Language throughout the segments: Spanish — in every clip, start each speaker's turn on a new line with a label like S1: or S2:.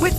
S1: With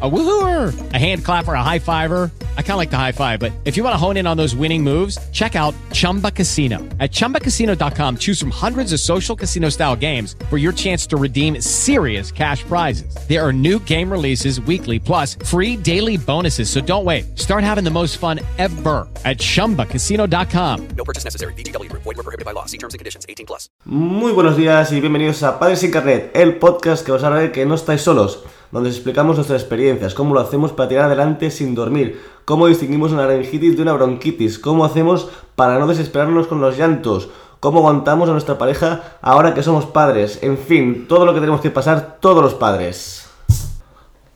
S2: A woohooer, a hand clapper, a high fiver. I kind of like the high five, but if you want to hone in on those winning moves, check out Chumba Casino. At chumbacasino.com, choose from hundreds of social casino style games for your chance to redeem serious cash prizes. There are new game releases weekly, plus free daily bonuses. So don't wait. Start having the most fun ever at chumbacasino.com.
S3: No purchase necessary. BGW. Void were prohibited by law. See terms and conditions. 18 plus.
S4: Muy buenos días y bienvenidos a Padres sin Carnet, el podcast que os hará ver que no estáis solos, donde os explicamos nuestras experiencias, cómo lo hacemos para tirar adelante sin dormir, cómo distinguimos una laringitis de una bronquitis, cómo hacemos para no desesperarnos con los llantos, cómo aguantamos a nuestra pareja ahora que somos padres, en fin, todo lo que tenemos que pasar todos los padres.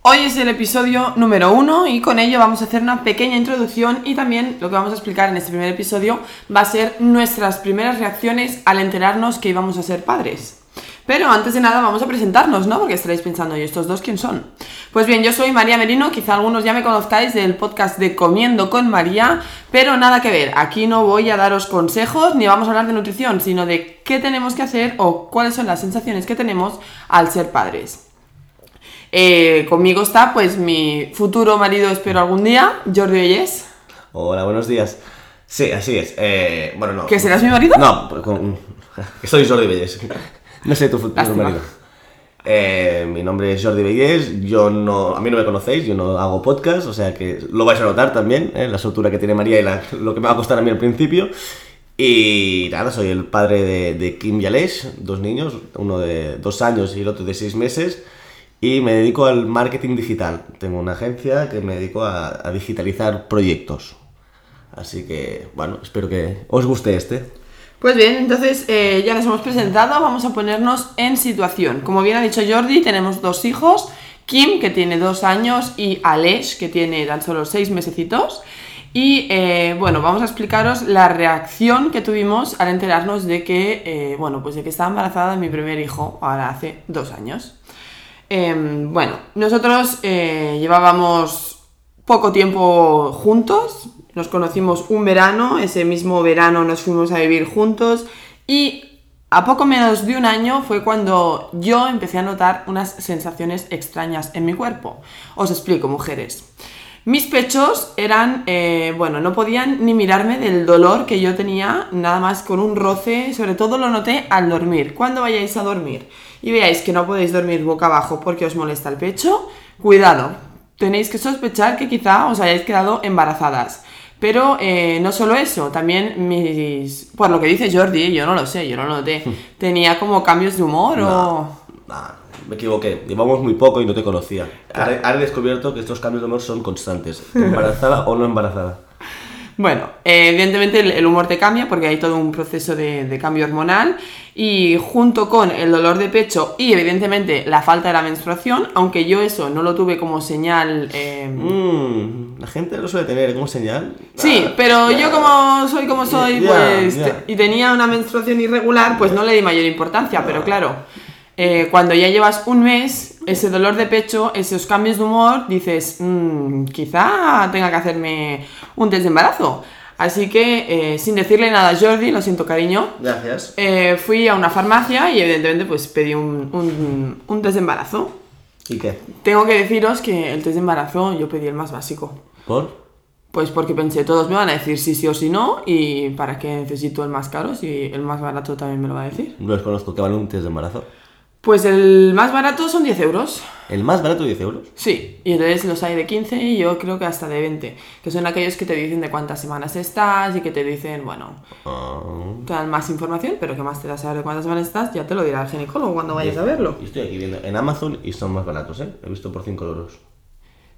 S5: Hoy es el episodio número uno y con ello vamos a hacer una pequeña introducción y también lo que vamos a explicar en este primer episodio va a ser nuestras primeras reacciones al enterarnos que íbamos a ser padres. Pero antes de nada vamos a presentarnos, ¿no? Porque estaréis pensando, ¿y estos dos quién son? Pues bien, yo soy María Merino, quizá algunos ya me conozcáis del podcast de Comiendo con María, pero nada que ver, aquí no voy a daros consejos ni vamos a hablar de nutrición, sino de qué tenemos que hacer o cuáles son las sensaciones que tenemos al ser padres. Eh, conmigo está pues mi futuro marido, espero algún día, Jordi Oyes.
S4: Hola, buenos días. Sí, así es. Eh, bueno, no.
S5: ¿Que serás mi marido?
S4: No, pues con- que soy Jordi Bellés. No sé tu futuro
S5: Lástima.
S4: marido. Eh, mi nombre es Jordi Bellés, yo no, a mí no me conocéis, yo no hago podcast, o sea que lo vais a notar también, eh, la soltura que tiene María y la- lo que me va a costar a mí al principio. Y nada, soy el padre de, de Kim y Aleix, dos niños, uno de dos años y el otro de seis meses, y me dedico al marketing digital. Tengo una agencia que me dedico a- a digitalizar proyectos. Así que, bueno, espero que os guste este.
S5: Pues bien, entonces eh, ya nos hemos presentado, vamos a ponernos en situación. Como bien ha dicho Jordi, tenemos dos hijos, Kim, que tiene dos años, y Alej, que tiene tan solo seis mesecitos. Y eh, bueno, vamos a explicaros la reacción que tuvimos al enterarnos de que, eh, bueno, pues de que estaba embarazada de mi primer hijo, ahora hace dos años. Em, bueno, nosotros eh, llevábamos poco tiempo juntos, nos conocimos un verano, ese mismo verano nos fuimos a vivir juntos y a poco menos de un año fue cuando yo empecé a notar unas sensaciones extrañas en mi cuerpo. Os explico, mujeres. Mis pechos eran, eh, bueno, no podían ni mirarme del dolor que yo tenía, nada más con un roce, sobre todo lo noté al dormir. Cuando vayáis a dormir y veáis que no podéis dormir boca abajo porque os molesta el pecho, cuidado, tenéis que sospechar que quizá os hayáis quedado embarazadas. Pero eh, no solo eso, también mis... Por lo que dice Jordi, yo no lo sé, yo no lo noté. Tenía como cambios de humor o...
S4: Ah, me equivoqué, llevamos muy poco y no te conocía. Ahora ahora he descubierto que estos cambios de humor son constantes, embarazada o no embarazada.
S5: Bueno, eh, evidentemente el, el humor te cambia porque hay todo un proceso de, de cambio hormonal y junto con el dolor de pecho y evidentemente la falta de la menstruación, aunque yo eso no lo tuve como señal... eh,
S4: Mm, la gente lo suele tener como señal.
S5: Sí,
S4: Ah,
S5: pero
S4: ya.
S5: yo como soy como soy,
S4: Ya,
S5: pues,
S4: ya.
S5: te- y tenía una menstruación irregular, pues no le di mayor importancia, pero claro, eh, cuando ya llevas un mes, ese dolor de pecho, esos cambios de humor, dices, "Mm, quizá tenga que hacerme un test de embarazo. Así que, eh, sin decirle nada a Jordi, lo siento cariño,
S4: Gracias.
S5: eh, fui a una farmacia y evidentemente pues pedí un, un, un test de embarazo.
S4: ¿Y qué?
S5: Tengo que deciros que el test de embarazo yo pedí el más básico.
S4: ¿Por?
S5: Pues porque pensé, todos me van a decir sí, sí o sí no, y para qué necesito el más caro si el más barato también me lo va a decir.
S4: No desconozco que vale un test de embarazo.
S5: Pues el más barato son 10 euros,
S4: El más barato, 10 euros.
S5: sí, y entonces los hay de 15 y yo creo que hasta de 20, que son aquellos que te dicen de cuántas semanas estás y que te dicen, bueno,
S4: Ah,
S5: te dan más información, pero que más te da saber de cuántas semanas estás, ya te lo dirá el ginecólogo cuando vayas a verlo.
S4: y Estoy aquí viendo en Amazon y son más baratos, ¿eh? He visto por 5 euros.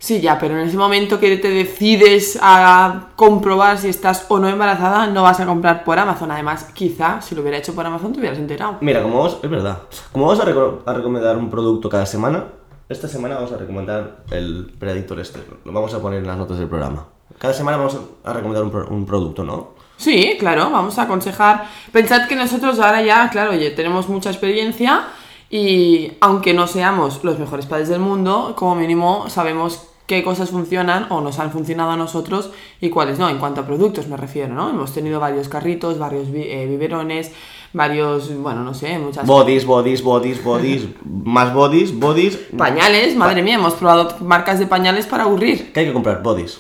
S5: Sí, ya, pero en ese momento que te decides a comprobar si estás o no embarazada, no vas a comprar por Amazon. Además, quizá si lo hubiera hecho por Amazon te hubieras enterado.
S4: Mira, como vamos, es verdad, como vamos a, reco- a recomendar un producto cada semana, esta semana vamos a recomendar el predictor este. Lo vamos a poner en las notas del programa. Cada semana vamos a a recomendar un, pro- un producto, ¿no?
S5: Sí, claro, vamos a aconsejar. Pensad que nosotros ahora ya, claro, oye, tenemos mucha experiencia y aunque no seamos los mejores padres del mundo, como mínimo sabemos qué cosas funcionan o nos han funcionado a nosotros y cuáles no, en cuanto a productos me refiero, ¿no? Hemos tenido varios carritos, varios bi- eh, biberones, varios, bueno, no sé, muchas
S4: Bodies, bodies, bodies, bodies, más bodies, bodies.
S5: pañales, madre mía, hemos probado marcas de pañales para aburrir.
S4: ¿Qué hay que comprar? Bodies.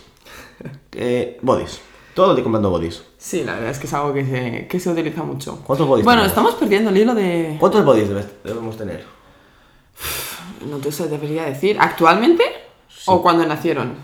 S4: Eh, bodies. Todo el día comprando bodies.
S5: Sí, la verdad es que es algo que se, que se utiliza mucho.
S4: ¿Cuántos bodies
S5: Bueno,
S4: tenemos?
S5: estamos perdiendo el hilo de...
S4: ¿Cuántos bodies debes- debemos tener?
S5: No te se debería decir. ¿Actualmente? ¿O cuando nacieron?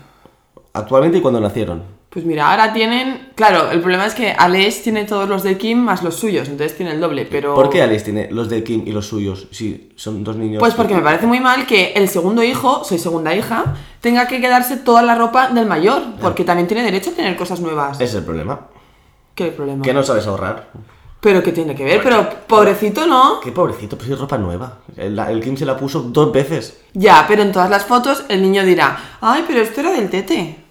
S4: Actualmente y cuando nacieron.
S5: Pues mira, ahora tienen. Claro, el problema es que Alex tiene todos los de Kim más los suyos, entonces tiene el doble, pero.
S4: ¿Por qué Alice tiene los de Kim y los suyos si son dos niños?
S5: Pues porque me parece muy mal que el segundo hijo, soy segunda hija, tenga que quedarse toda la ropa del mayor, porque también tiene derecho a tener cosas nuevas.
S4: Ese es el problema.
S5: ¿Qué problema?
S4: Que no sabes ahorrar.
S5: Pero que tiene que ver, pero pobrecito no.
S4: Qué pobrecito, pues es ropa nueva. El, el Kim se la puso dos veces.
S5: Ya, pero en todas las fotos el niño dirá, ay, pero esto era del tete.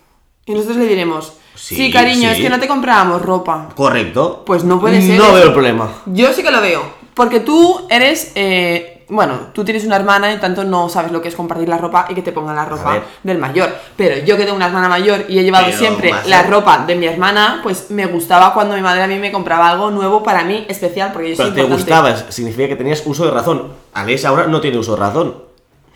S5: Y nosotros le diremos, sí,
S4: Sí,
S5: cariño,
S4: sí.
S5: es que no te comprábamos ropa.
S4: Correcto.
S5: Pues no puede ser
S4: No
S5: eso.
S4: veo el problema.
S5: Yo sí que lo veo. Porque tú eres. eh, bueno, tú tienes una hermana y tanto no sabes lo que es compartir la ropa y que te pongan la ropa
S4: ver.
S5: del mayor. Pero yo que tengo una hermana mayor y he llevado
S4: Pero,
S5: siempre
S4: macho.
S5: la ropa de mi hermana, pues me gustaba cuando mi madre a mí me compraba algo nuevo para mí especial porque yo soy
S4: Pero te
S5: importante.
S4: gustabas, significa que tenías uso de razón. Alice ahora no tiene uso de razón.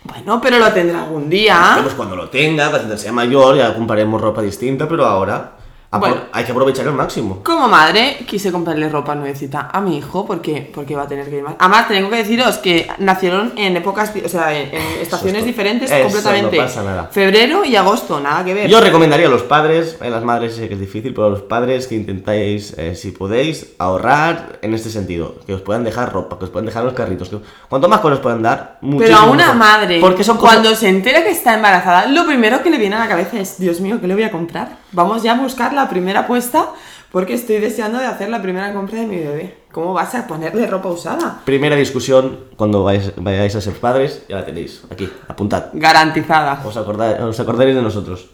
S5: Bueno, pero lo tendrá algún día.
S4: Pues cuando lo tenga, cuando sea mayor, ya compraremos ropa distinta, pero ahora apro-
S5: Bueno.
S4: hay que aprovechar al máximo.
S5: Como madre, quise comprarle ropa nuevecita a mi hijo porque, porque va a tener que ir más. Además, tengo que deciros que nacieron en épocas, di- o sea, en, en estaciones
S4: Eso,
S5: diferentes
S4: eso
S5: completamente.
S4: no pasa nada.
S5: Febrero y agosto, nada que ver.
S4: Yo recomendaría a los padres, a las madres sé que es difícil, pero a los padres que intentáis, eh, si podéis, ahorrar en este sentido. Que os puedan dejar ropa, que os puedan dejar los carritos. que- Cuanto más cosas puedan dar,
S5: Pero
S4: muchísimo
S5: a una
S4: mejor.
S5: madre,
S4: Porque son cosas-
S5: cuando se entera que está embarazada, lo primero que le viene a la cabeza es, Dios mío, ¿qué le voy a comprar? Vamos ya a buscar la primera apuesta porque estoy deseando de hacer la primera compra de mi bebé. ¿Cómo vas a ponerle ropa usada?
S4: Primera discusión cuando vais- vayáis a ser padres, ya la tenéis. Aquí, apuntad.
S5: Garantizada.
S4: Os, acorda- os acordaréis de nosotros.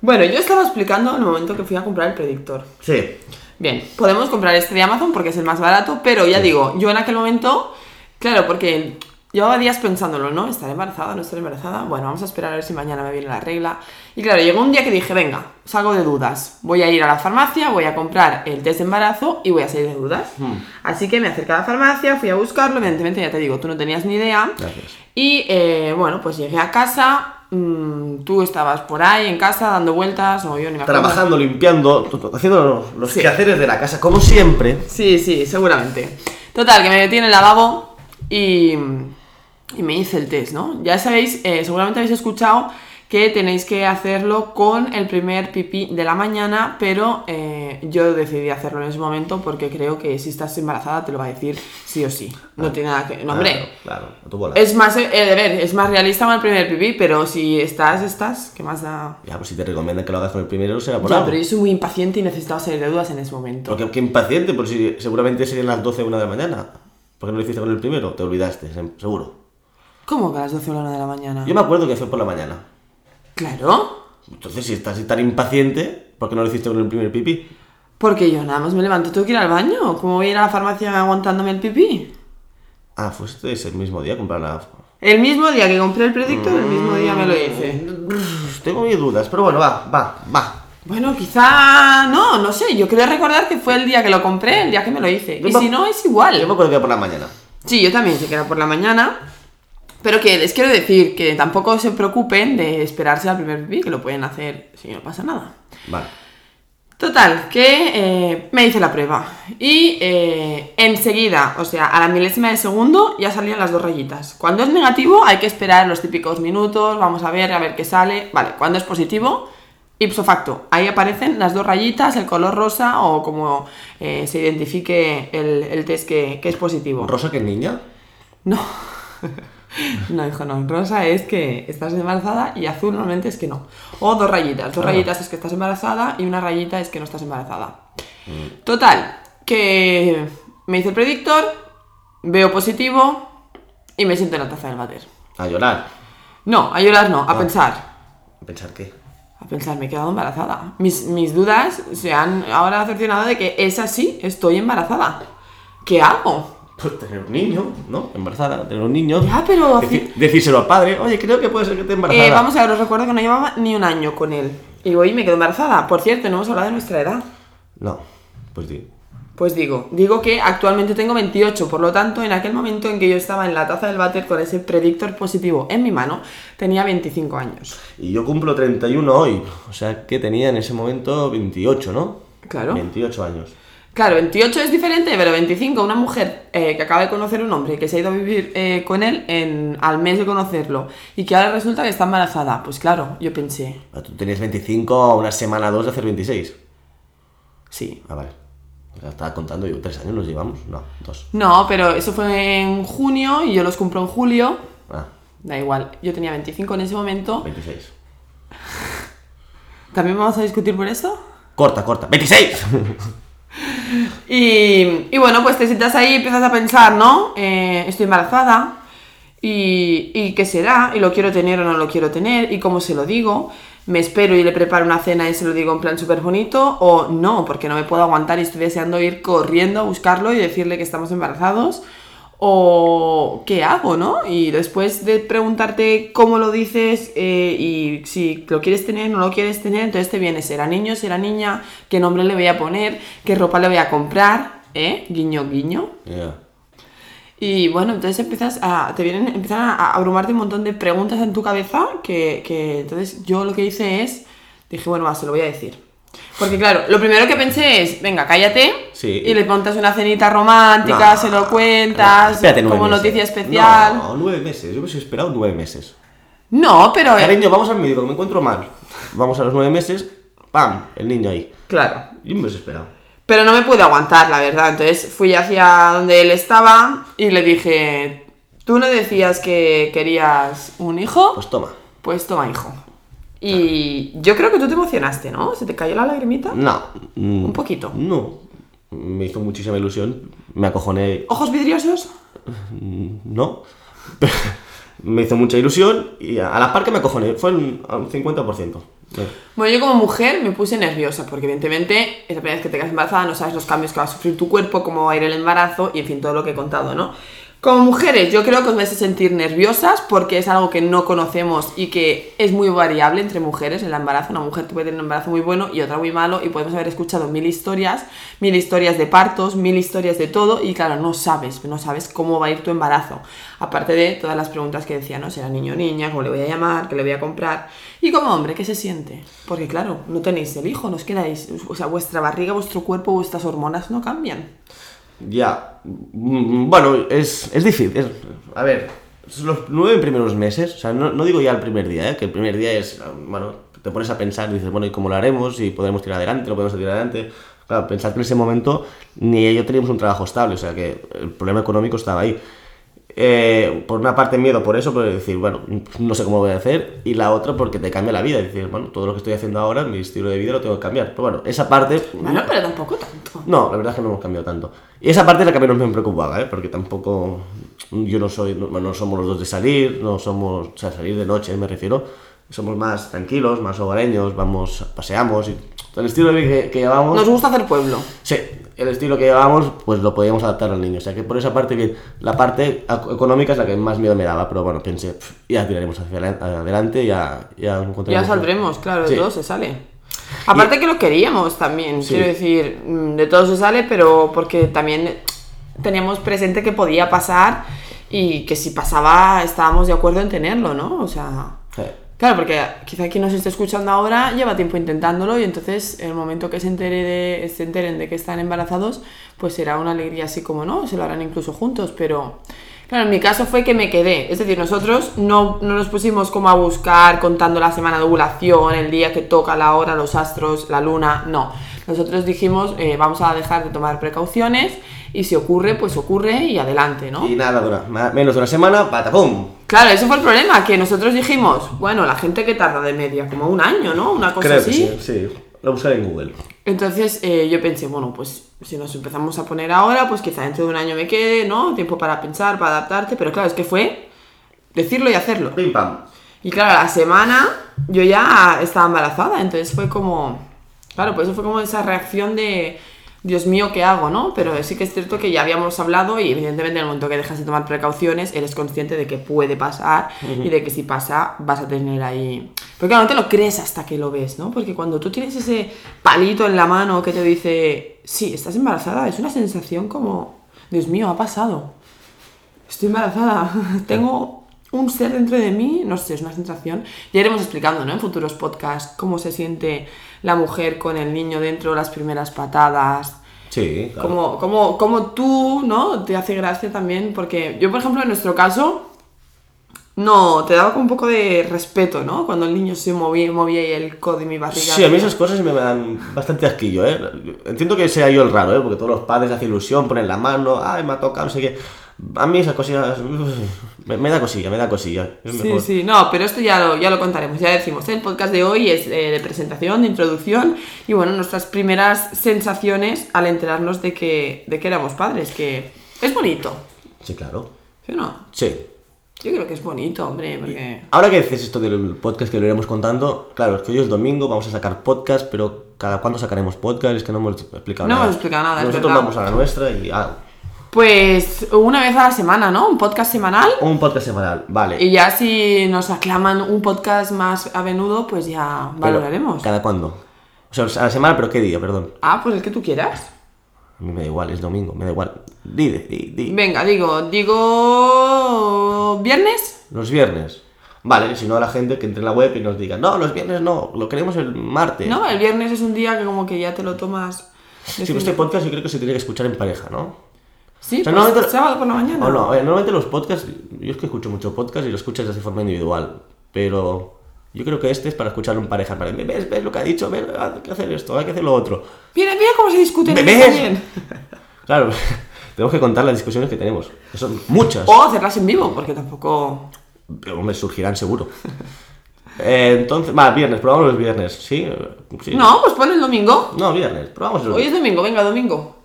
S5: Bueno, yo estaba explicando en el momento que fui a comprar el predictor.
S4: Sí.
S5: Bien, podemos comprar este de Amazon porque es el más barato, pero ya digo, yo en aquel momento, claro, porque llevaba días pensándolo, ¿no? ¿Estaré embarazada? ¿No estaré embarazada? Bueno, vamos a esperar a ver si mañana me viene la regla. Y claro, llegó un día que dije, venga, salgo de dudas. Voy a ir a la farmacia, voy a comprar el test de embarazo y voy a salir de dudas.
S4: Hmm.
S5: Así que me acerqué a la farmacia, fui a buscarlo, evidentemente ya te digo, tú no tenías ni idea.
S4: Gracias.
S5: Y eh, bueno, pues llegué a casa, mm, tú estabas por ahí en casa dando vueltas, o yo ni me acuerdo.
S4: Trabajando, limpiando, t- t- haciendo los, los
S5: Sí.
S4: quehaceres de la casa, como siempre.
S5: Sí, sí, seguramente. Total, que me metí en el lavabo y, y me hice el test, ¿no? Ya sabéis, eh, seguramente habéis escuchado que tenéis que hacerlo con el primer pipí de la mañana, pero eh, yo decidí hacerlo en ese momento porque creo que si estás embarazada te lo va a decir sí o sí. No
S4: Ah,
S5: tiene nada que... No, hombre.
S4: Claro, claro, a tu bola.
S5: Es más, eh, eh, de ver, es más realista con el primer pipí, pero si estás, estás, ¿qué más da?
S4: Ya, pues si te recomiendan que lo hagas con el primero, será por
S5: Ya,
S4: algo.
S5: pero yo soy muy impaciente y necesitaba salir de dudas en ese momento.
S4: Porque qué impaciente, porque si seguramente serían las 12 o 1 de la mañana. ¿Por qué no lo hiciste con el primero? Te olvidaste, se- seguro.
S5: ¿Cómo que a las 12 o la 1 de la mañana?
S4: Yo me acuerdo que fue por la mañana.
S5: Claro.
S4: Entonces, si estás tan impaciente, ¿por qué no lo hiciste con el primer pipí?
S5: Porque yo nada más me levanto, tengo que ir al baño. ¿Cómo voy a ir a la farmacia aguantándome el pipí?
S4: Ah, fuiste ese mismo día a comprar la...
S5: El mismo día que compré el predictor, el mismo día me lo hice.
S4: Uf, Tengo mis dudas, pero bueno, va, va, va.
S5: Bueno, quizá no, no sé. Yo quiero recordar que fue el día que lo compré, el día que me lo hice. Y
S4: Yo
S5: si
S4: me-
S5: no, es
S4: Yo me
S5: igual.
S4: acuerdo que era por la mañana.
S5: Sí, yo también sé que era por la mañana. Pero que les quiero decir que tampoco se preocupen de esperarse al primer pipí, que lo pueden hacer si no pasa nada.
S4: Vale.
S5: Total, que eh, me hice la prueba y eh, enseguida, o sea, a la milésima de segundo ya salían las dos rayitas. Cuando es negativo hay que esperar los típicos minutos, vamos a ver, a ver qué sale. Vale, cuando es positivo, ipso facto, ahí aparecen las dos rayitas, el color rosa o como eh, se identifique el, el test que, que es positivo.
S4: ¿Rosa que es niña?
S5: No. No, hijo, no. Rosa es que estás embarazada y azul normalmente es que no. O dos rayitas. Dos rayitas es que estás embarazada y una rayita es que no estás embarazada. Total, que me hice el predictor, veo positivo y me siento en la taza del váter.
S4: A llorar.
S5: No, a llorar no, a pensar.
S4: Pensar qué.
S5: A pensar, me he quedado embarazada. Mis, mis dudas se han ahora cercionado de que es así, estoy embarazada. ¿Qué hago?
S4: Pues tener un niño, ¿no? Embarazada, tener un niño.
S5: Ya, pero-
S4: Deci- decírselo al padre. Oye, creo que puede ser que esté embarazada.
S5: Eh, vamos a ver, os recuerdo que no llevaba ni un año con él. Y hoy me quedo embarazada. Por cierto, no hemos hablado de nuestra edad.
S4: No, pues sí.
S5: Pues digo, digo que actualmente tengo 28, por lo tanto, en aquel momento en que yo estaba en la taza del váter con ese predictor positivo en mi mano, tenía 25 años.
S4: Y yo cumplo 31 hoy. O sea, que tenía en ese momento 28, ¿no?
S5: Claro.
S4: 28 años.
S5: Claro, 28 es diferente, pero 25, una mujer eh, que acaba de conocer un hombre, que se ha ido a vivir eh, con él en, al mes de conocerlo, y que ahora resulta que está embarazada. Pues claro, yo pensé,
S4: Ah, Tú tenías 25, una semana o dos de hacer 26.
S5: sí.
S4: Ah, vale. Ya estaba contando yo, tres años los llevamos. No, dos.
S5: No, pero eso fue en junio y yo los cumplo en julio.
S4: Ah,
S5: Da igual, yo tenía 25 en ese momento.
S4: 26.
S5: ¿También vamos a discutir por esto?
S4: Corta, corta. ¡26!
S5: Y, y bueno, pues te sientas ahí y empiezas a pensar, ¿no? Eh, estoy embarazada. Y, y qué será? ¿Y lo quiero tener o no lo quiero tener? ¿Y cómo se lo digo? ¿Me espero y le preparo una cena y se lo digo en plan súper bonito? ¿O no? Porque no me puedo aguantar y estoy deseando ir corriendo a buscarlo y decirle que estamos embarazados. ¿O qué hago, no? Y después de preguntarte cómo lo dices eh, y si lo quieres tener, no lo quieres tener, entonces te viene, ¿será niño, será niña? ¿Qué nombre le voy a poner? ¿Qué ropa le voy a comprar? ¿Eh? Guiño, guiño.
S4: Ya.
S5: Y bueno, entonces empiezas a, te vienen, empiezan a, a abrumarte un montón de preguntas en tu cabeza que, que entonces yo lo que hice es, dije, bueno, va, se lo voy a decir. Porque claro, lo primero que pensé es, venga, cállate
S4: Sí.
S5: y le montas una cenita romántica,
S4: No.
S5: se lo cuentas,
S4: Espérate nueve
S5: como
S4: meses.
S5: noticia especial.
S4: No, nueve meses. Yo me he esperado nueve meses.
S5: No, pero...
S4: Cariño, vamos al médico, que me encuentro mal. Vamos a los nueve meses. ¡Pam! El niño ahí.
S5: Claro.
S4: Yo me he esperado.
S5: Pero no me pude aguantar, la verdad. Entonces fui hacia donde él estaba y le dije, ¿tú no decías que querías un hijo?
S4: Pues toma.
S5: Pues toma, hijo. Y yo creo que tú te emocionaste, ¿no? ¿Se te cayó la lagrimita?
S4: No. mm,
S5: Un poquito.
S4: No. Me hizo muchísima ilusión. Me acojoné.
S5: ¿Ojos vidriosos?
S4: No. me hizo mucha ilusión y a la par que me acojoné. Fue un, a un 50%.
S5: Bueno, yo como mujer me puse nerviosa, porque evidentemente es la primera vez que te quedas embarazada, no sabes los cambios que va a sufrir tu cuerpo, cómo va a ir el embarazo y en fin, todo lo que he contado, ¿no? Como mujeres, yo creo que os vais a sentir nerviosas porque es algo que no conocemos y que es muy variable entre mujeres el embarazo. Una mujer puede tener un embarazo muy bueno y otra muy malo y podemos haber escuchado mil historias, mil historias de partos, mil historias de todo y claro, no sabes, no sabes cómo va a ir tu embarazo. Aparte de todas las preguntas que decía, ¿no? ¿Será niño o niña? ¿Cómo le voy a llamar? ¿Qué le voy a comprar? Y como hombre, ¿qué se siente? Porque claro, no tenéis el hijo, no os quedáis, o sea, vuestra barriga, vuestro cuerpo, vuestras hormonas no cambian.
S4: Ya. Mm, Bueno, es, es difícil. es- a ver, los nueve primeros meses, o sea, no, no digo ya el primer día, ¿eh? que el primer día es, bueno, te pones a pensar, dices, bueno, ¿y cómo lo haremos? ¿Y podremos tirar adelante? ¿No podemos tirar adelante? Claro, pensad que en ese momento ni ellos teníamos un trabajo estable, o sea, que el problema económico estaba ahí. Eh, por una parte miedo por eso, por decir, bueno, no sé cómo lo voy a hacer, y la otra porque te cambia la vida, y decir, bueno, todo lo que estoy haciendo ahora, mi estilo de vida lo tengo que cambiar. Pero bueno, esa parte...
S5: Bueno, pero tampoco tanto.
S4: No, la verdad es que no hemos cambiado tanto. Y esa parte es la que menos me preocupaba, ¿eh? porque tampoco. mm, Yo no soy. No, no somos los dos de salir, no somos. O sea, salir de noche, me refiero. Somos más tranquilos, más hogareños, vamos, paseamos. Y, el estilo de vida que, que llevamos.
S5: Nos gusta hacer pueblo.
S4: Sí, el estilo que llevamos, pues lo podíamos adaptar al niño. O sea que por esa parte, bien. La parte ac- económica es la que más miedo me daba, pero bueno, pensé, "Pf, ya tiraremos hacia adelan- adelante, ya, ya encontraremos.
S5: Ya saldremos, claro, de
S4: Sí.
S5: todo se sale. Aparte que lo queríamos también,
S4: Sí.
S5: quiero decir, mm, de todo se sale, pero porque también teníamos presente que podía pasar y que si pasaba estábamos de acuerdo en tenerlo, ¿no? O sea,
S4: Sí.
S5: claro, porque quizá quien nos esté escuchando ahora lleva tiempo intentándolo y entonces en el momento que se, entere de- se enteren de que están embarazados, pues será una alegría así como no, se lo harán incluso juntos, pero... Claro, en mi caso fue que me quedé. Es decir, nosotros no, no nos pusimos como a buscar contando la semana de ovulación, el día que toca, la hora, los astros, la luna, no. Nosotros dijimos, eh, vamos a dejar de tomar precauciones y si ocurre, pues ocurre y adelante, ¿no?
S4: Y nada, dura, ma- menos de una semana, patapum.
S5: Claro, ese fue el problema, que nosotros dijimos, bueno, la gente que tarda de media, como un año, ¿no? Una cosa
S4: Creo
S5: así.
S4: que sí, sí. Lo buscaré en Google.
S5: Entonces eh, yo pensé, bueno, pues si nos empezamos a poner ahora, pues quizá dentro de un año me quede, ¿no? Tiempo para pensar, para adaptarte, pero claro, es que fue decirlo y hacerlo.
S4: Pim pam.
S5: Y claro, a la semana yo ya estaba embarazada, entonces fue como, claro, pues eso fue como esa reacción de, Dios mío, ¿qué hago, no? Pero sí que es cierto que ya habíamos hablado y evidentemente en el momento que dejas de tomar precauciones eres consciente de que puede pasar y de que si pasa vas a tener ahí... Porque claro, no te lo crees hasta que lo ves, ¿no? Porque cuando tú tienes ese palito en la mano que te dice, sí, estás embarazada, es una sensación como, Dios mío, ha pasado estoy embarazada, tengo un ser dentro de mí, no sé, es una sensación. Ya iremos explicando, ¿no? En futuros podcasts cómo se siente la mujer con el niño dentro, las primeras patadas.
S4: Sí, claro.
S5: Como, como, tú, ¿no? Te hace gracia también, porque yo, por ejemplo, en nuestro caso, no, te daba como un poco de respeto, ¿no? Cuando el niño se movía, movía y el codo y mi barriga.
S4: Sí, a mí esas cosas me dan bastante asquillo, ¿eh? Entiendo que sea yo el raro, ¿eh? Porque todos los padres hacen ilusión, ponen la mano, ay, me ha tocado, no sé qué. A mí esas cosillas. uf, Me, me da cosilla, me da cosilla. Es
S5: Sí,
S4: mejor.
S5: sí, no, pero esto ya lo, ya lo contaremos, ya decimos, el podcast de hoy es eh, de presentación, de introducción y bueno, nuestras primeras sensaciones al enterarnos de que, de que éramos padres, que es bonito,
S4: Sí, claro.
S5: ¿sí o no?
S4: Sí.
S5: Yo creo que es bonito, hombre, porque...
S4: Ahora que dices esto del podcast que lo iremos contando, claro, es que hoy es domingo, vamos a sacar podcast, pero ¿cada cuándo sacaremos podcast? Es que no hemos explicado
S5: No
S4: nada.
S5: hemos explicado nada, es
S4: Nosotros
S5: verdad.
S4: vamos a la nuestra y. ah,
S5: Pues una vez a la semana, ¿no? Un podcast semanal
S4: un podcast semanal, vale.
S5: y ya si nos aclaman un podcast más a menudo, pues ya
S4: Pero,
S5: valoraremos.
S4: ¿Cada cuándo? O sea, a la semana, pero ¿qué día? Perdón.
S5: Ah, pues el que tú quieras.
S4: A mí me da igual, es domingo, me da igual. Dide, di, di.
S5: Venga, digo, digo... ¿Viernes?
S4: Los viernes. Vale, si no, la gente que entre en la web y nos diga, no, los viernes no, lo queremos el martes.
S5: No, el viernes es un día que como que ya te lo tomas.
S4: Eh, Sí, pero este podcast yo creo que se tiene que escuchar en pareja, ¿no?
S5: Sí,
S4: o sea,
S5: pues,
S4: normalmente-
S5: sábado por la mañana.
S4: O no, a ver, normalmente los podcasts, yo es que escucho mucho podcast y lo escuchas de forma individual, pero yo creo que este es para escucharlo en pareja, para decir, ves, ves lo que ha dicho, ves, hay que hacer esto, hay que hacer lo otro.
S5: Mira, mira cómo se discute
S4: ¿Ves?
S5: también.
S4: Claro, tenemos que contar las discusiones que tenemos, que son muchas.
S5: O hacerlas en vivo, porque tampoco.
S4: Pero hombre, surgirán seguro. Eh, entonces, va, viernes, probamos los viernes, ¿sí? eh, sí.
S5: No, pues pon el domingo.
S4: No, viernes, probamos los
S5: Hoy es domingo, venga, domingo.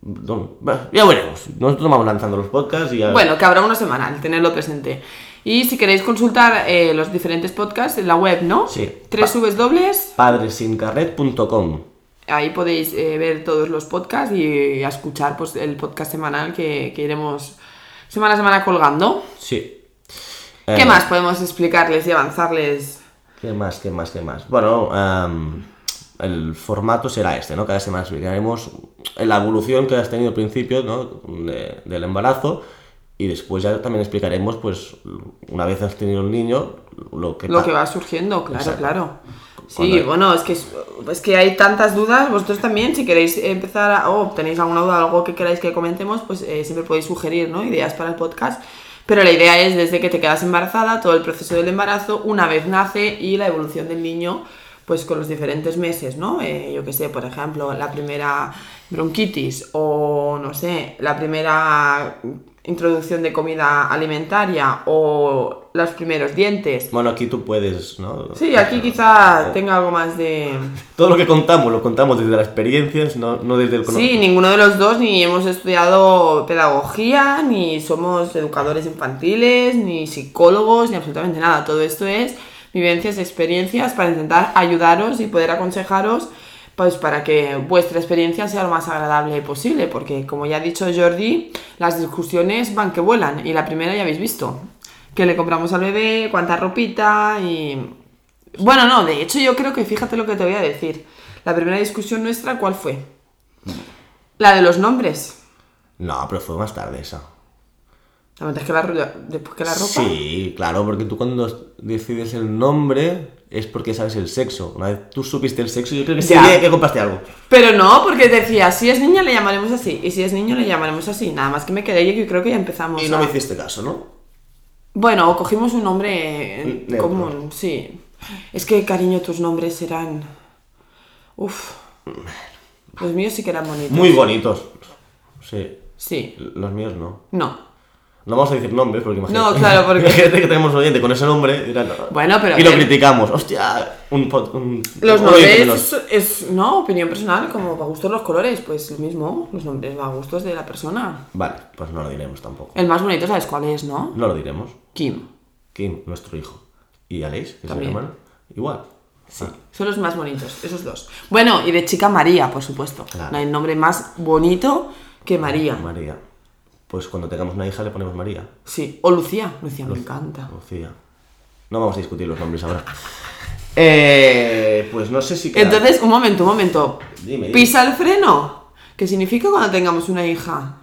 S4: Don- bah, Ya veremos. Nosotros vamos lanzando los podcasts y ya.
S5: Bueno, que habrá una semana, al tenerlo presente. Y si queréis consultar eh, los diferentes podcasts en la web, ¿no?
S4: Sí.
S5: Tres subes dobles.
S4: Padresincarnet.com.
S5: Ahí podéis eh, ver todos los podcasts y, a escuchar pues, el podcast semanal que, que iremos semana a semana colgando.
S4: Sí.
S5: ¿Qué
S4: Eh,
S5: más podemos explicarles y avanzarles?
S4: ¿Qué más? ¿Qué más? ¿Qué más? Bueno, am, el formato será este, ¿no? Cada semana explicaremos la evolución que has tenido al principio, ¿no? De- del embarazo. Y después ya también explicaremos, pues, una vez has tenido el niño, lo que
S5: lo
S4: pa-
S5: que va surgiendo, claro,
S4: Exacto.
S5: claro.
S4: Cuando
S5: Sí,
S4: hay-
S5: bueno, es que, es, es que hay tantas dudas. Vosotros también, si queréis empezar a, o tenéis alguna duda, algo que queráis que comentemos, pues eh, siempre podéis sugerir ¿no? ideas para el podcast. Pero la idea es desde que te quedas embarazada, todo el proceso del embarazo, una vez nace y la evolución del niño, pues con los diferentes meses, ¿no? Eh, yo qué sé, por ejemplo, la primera bronquitis o, no sé, la primera introducción de comida alimentaria o los primeros dientes.
S4: Bueno, aquí tú puedes, ¿no?
S5: Sí, aquí quizá tenga algo más de...
S4: Todo lo que contamos, lo contamos desde las experiencias, no, no desde el
S5: Sí,
S4: conocimiento.
S5: ninguno de los dos ni hemos estudiado pedagogía, ni somos educadores infantiles, ni psicólogos, ni absolutamente nada. Todo esto es vivencias, experiencias para intentar ayudaros y poder aconsejaros pues para que vuestra experiencia sea lo más agradable posible, porque como ya ha dicho Jordi, las discusiones van que vuelan y la primera ya habéis visto, que le compramos al bebé, cuánta ropita y bueno, no, de hecho yo creo que fíjate lo que te voy a decir. La primera discusión nuestra, ¿cuál fue? La de los nombres.
S4: No, pero fue más tarde esa.
S5: La verdad es que la, ro- después que la ropa.
S4: Sí, claro, porque tú cuando decides el nombre es porque sabes el sexo. Una vez tú supiste el sexo, yo creo que sí
S5: Ya.
S4: que compraste algo.
S5: Pero no, porque decía, si es niña le llamaremos así, y si es niño le llamaremos así. Nada más que me quedé yo y creo que ya empezamos.
S4: Y no
S5: a-
S4: me hiciste caso, ¿no?
S5: Bueno, cogimos un nombre en
S4: Neutro.
S5: común, sí. Es que, cariño, tus nombres serán. Uf. Los míos sí que eran bonitos.
S4: Muy bonitos. Sí.
S5: Sí.
S4: Los míos no.
S5: No.
S4: No vamos a decir nombres porque imagínate.
S5: No, claro, porque-
S4: Imagínate que tenemos un oyente con ese nombre. dirá, no.
S5: Bueno, pero-
S4: Y lo criticamos. ¡Hostia! Un, pod- un-
S5: Los
S4: un
S5: nombres
S4: oyente
S5: es,
S4: menos.
S5: es, no, opinión personal, como a gustos los colores, pues lo mismo, los nombres va a gustos de la persona.
S4: Vale, pues no lo diremos tampoco.
S5: El más bonito sabes cuál es, ¿no?
S4: No lo diremos.
S5: Kim.
S4: Kim, nuestro hijo. Y Aleix, que es mi
S5: También.
S4: hermano. Igual. Sí.
S5: Son los más bonitos, esos dos. Bueno, y de chica María, por supuesto.
S4: Claro. Ah,
S5: No hay nombre más bonito que María.
S4: María. Pues cuando tengamos una hija le ponemos María.
S5: Sí, o Lucía. Lucía me encanta.
S4: Lucía. No vamos a discutir los nombres ahora. Eh, pues no sé si. queda-
S5: Entonces, un momento, un momento.
S4: Dime, dime.
S5: Pisa el freno. ¿Qué significa cuando tengamos una hija?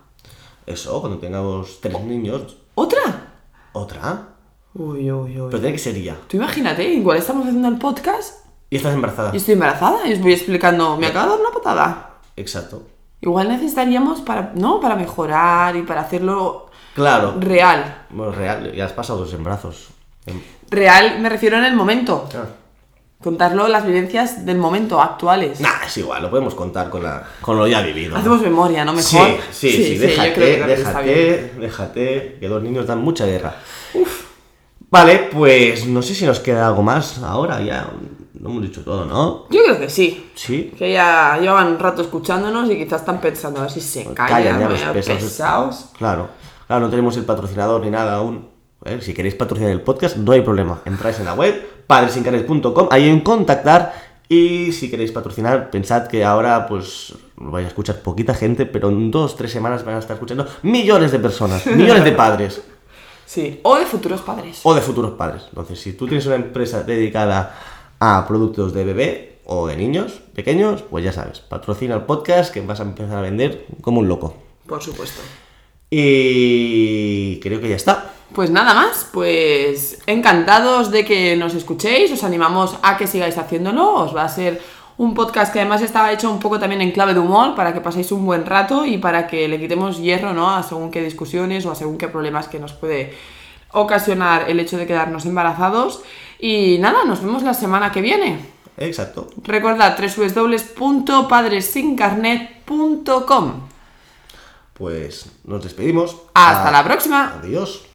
S4: Eso, cuando tengamos tres niños.
S5: ¿Otra?
S4: Otra.
S5: Uy, uy, uy.
S4: Pero tiene que ser ya.
S5: Tú imagínate, igual estamos haciendo el podcast
S4: Y estás embarazada.
S5: y estoy embarazada y os voy explicando, me acaba de dar una patada.
S4: Exacto.
S5: Igual necesitaríamos para, ¿no? Para mejorar y para hacerlo
S4: Claro.
S5: real.
S4: Bueno, real, ya has pasado dos embarazos. Em-
S5: Real me refiero en el momento.
S4: Ah.
S5: Contarlo las vivencias del momento, actuales.
S4: Nah, es igual, lo podemos contar con, la, con lo ya vivido. ¿no?
S5: Hacemos memoria, ¿no? Mejor.
S4: Sí, sí, sí,
S5: yo creo
S4: déjate,
S5: que está bien.
S4: déjate, déjate, que los niños dan mucha guerra. Vale, pues no sé si nos queda algo más ahora, ya lo hemos dicho todo, ¿no?
S5: Yo creo que sí.
S4: Sí.
S5: Que ya llevan un rato escuchándonos y quizás están pensando a ver si se callan,
S4: Pues Callan ya los
S5: vaya
S4: pesados.
S5: pesados.
S4: Claro, claro, no tenemos el patrocinador ni nada aún. Eh, Si queréis patrocinar el podcast, no hay problema. Entráis en la web, padresincarnet.com, ahí en contactar. Y si queréis patrocinar, pensad que ahora pues lo vais a escuchar poquita gente, pero en dos, tres semanas van a estar escuchando millones de personas, millones de padres.
S5: Sí. O de futuros padres.
S4: o de futuros padres. Entonces, si tú tienes una empresa dedicada a productos de bebé o de niños pequeños, pues ya sabes, patrocina el podcast que vas a empezar a vender como un loco.
S5: Por supuesto.
S4: Y creo que ya está.
S5: Pues nada más, pues encantados de que nos escuchéis, os animamos a que sigáis haciéndolo, os va a ser un podcast que además estaba hecho un poco también en clave de humor para que paséis un buen rato y para que le quitemos hierro ¿no? a según qué discusiones o a según qué problemas que nos puede ocasionar el hecho de quedarnos embarazados. Y nada, nos vemos la semana que viene.
S4: Exacto.
S5: Recordad www.padresincarnet.com.
S4: Pues nos despedimos.
S5: Hasta
S4: A- Ah,
S5: la próxima.
S4: Adiós.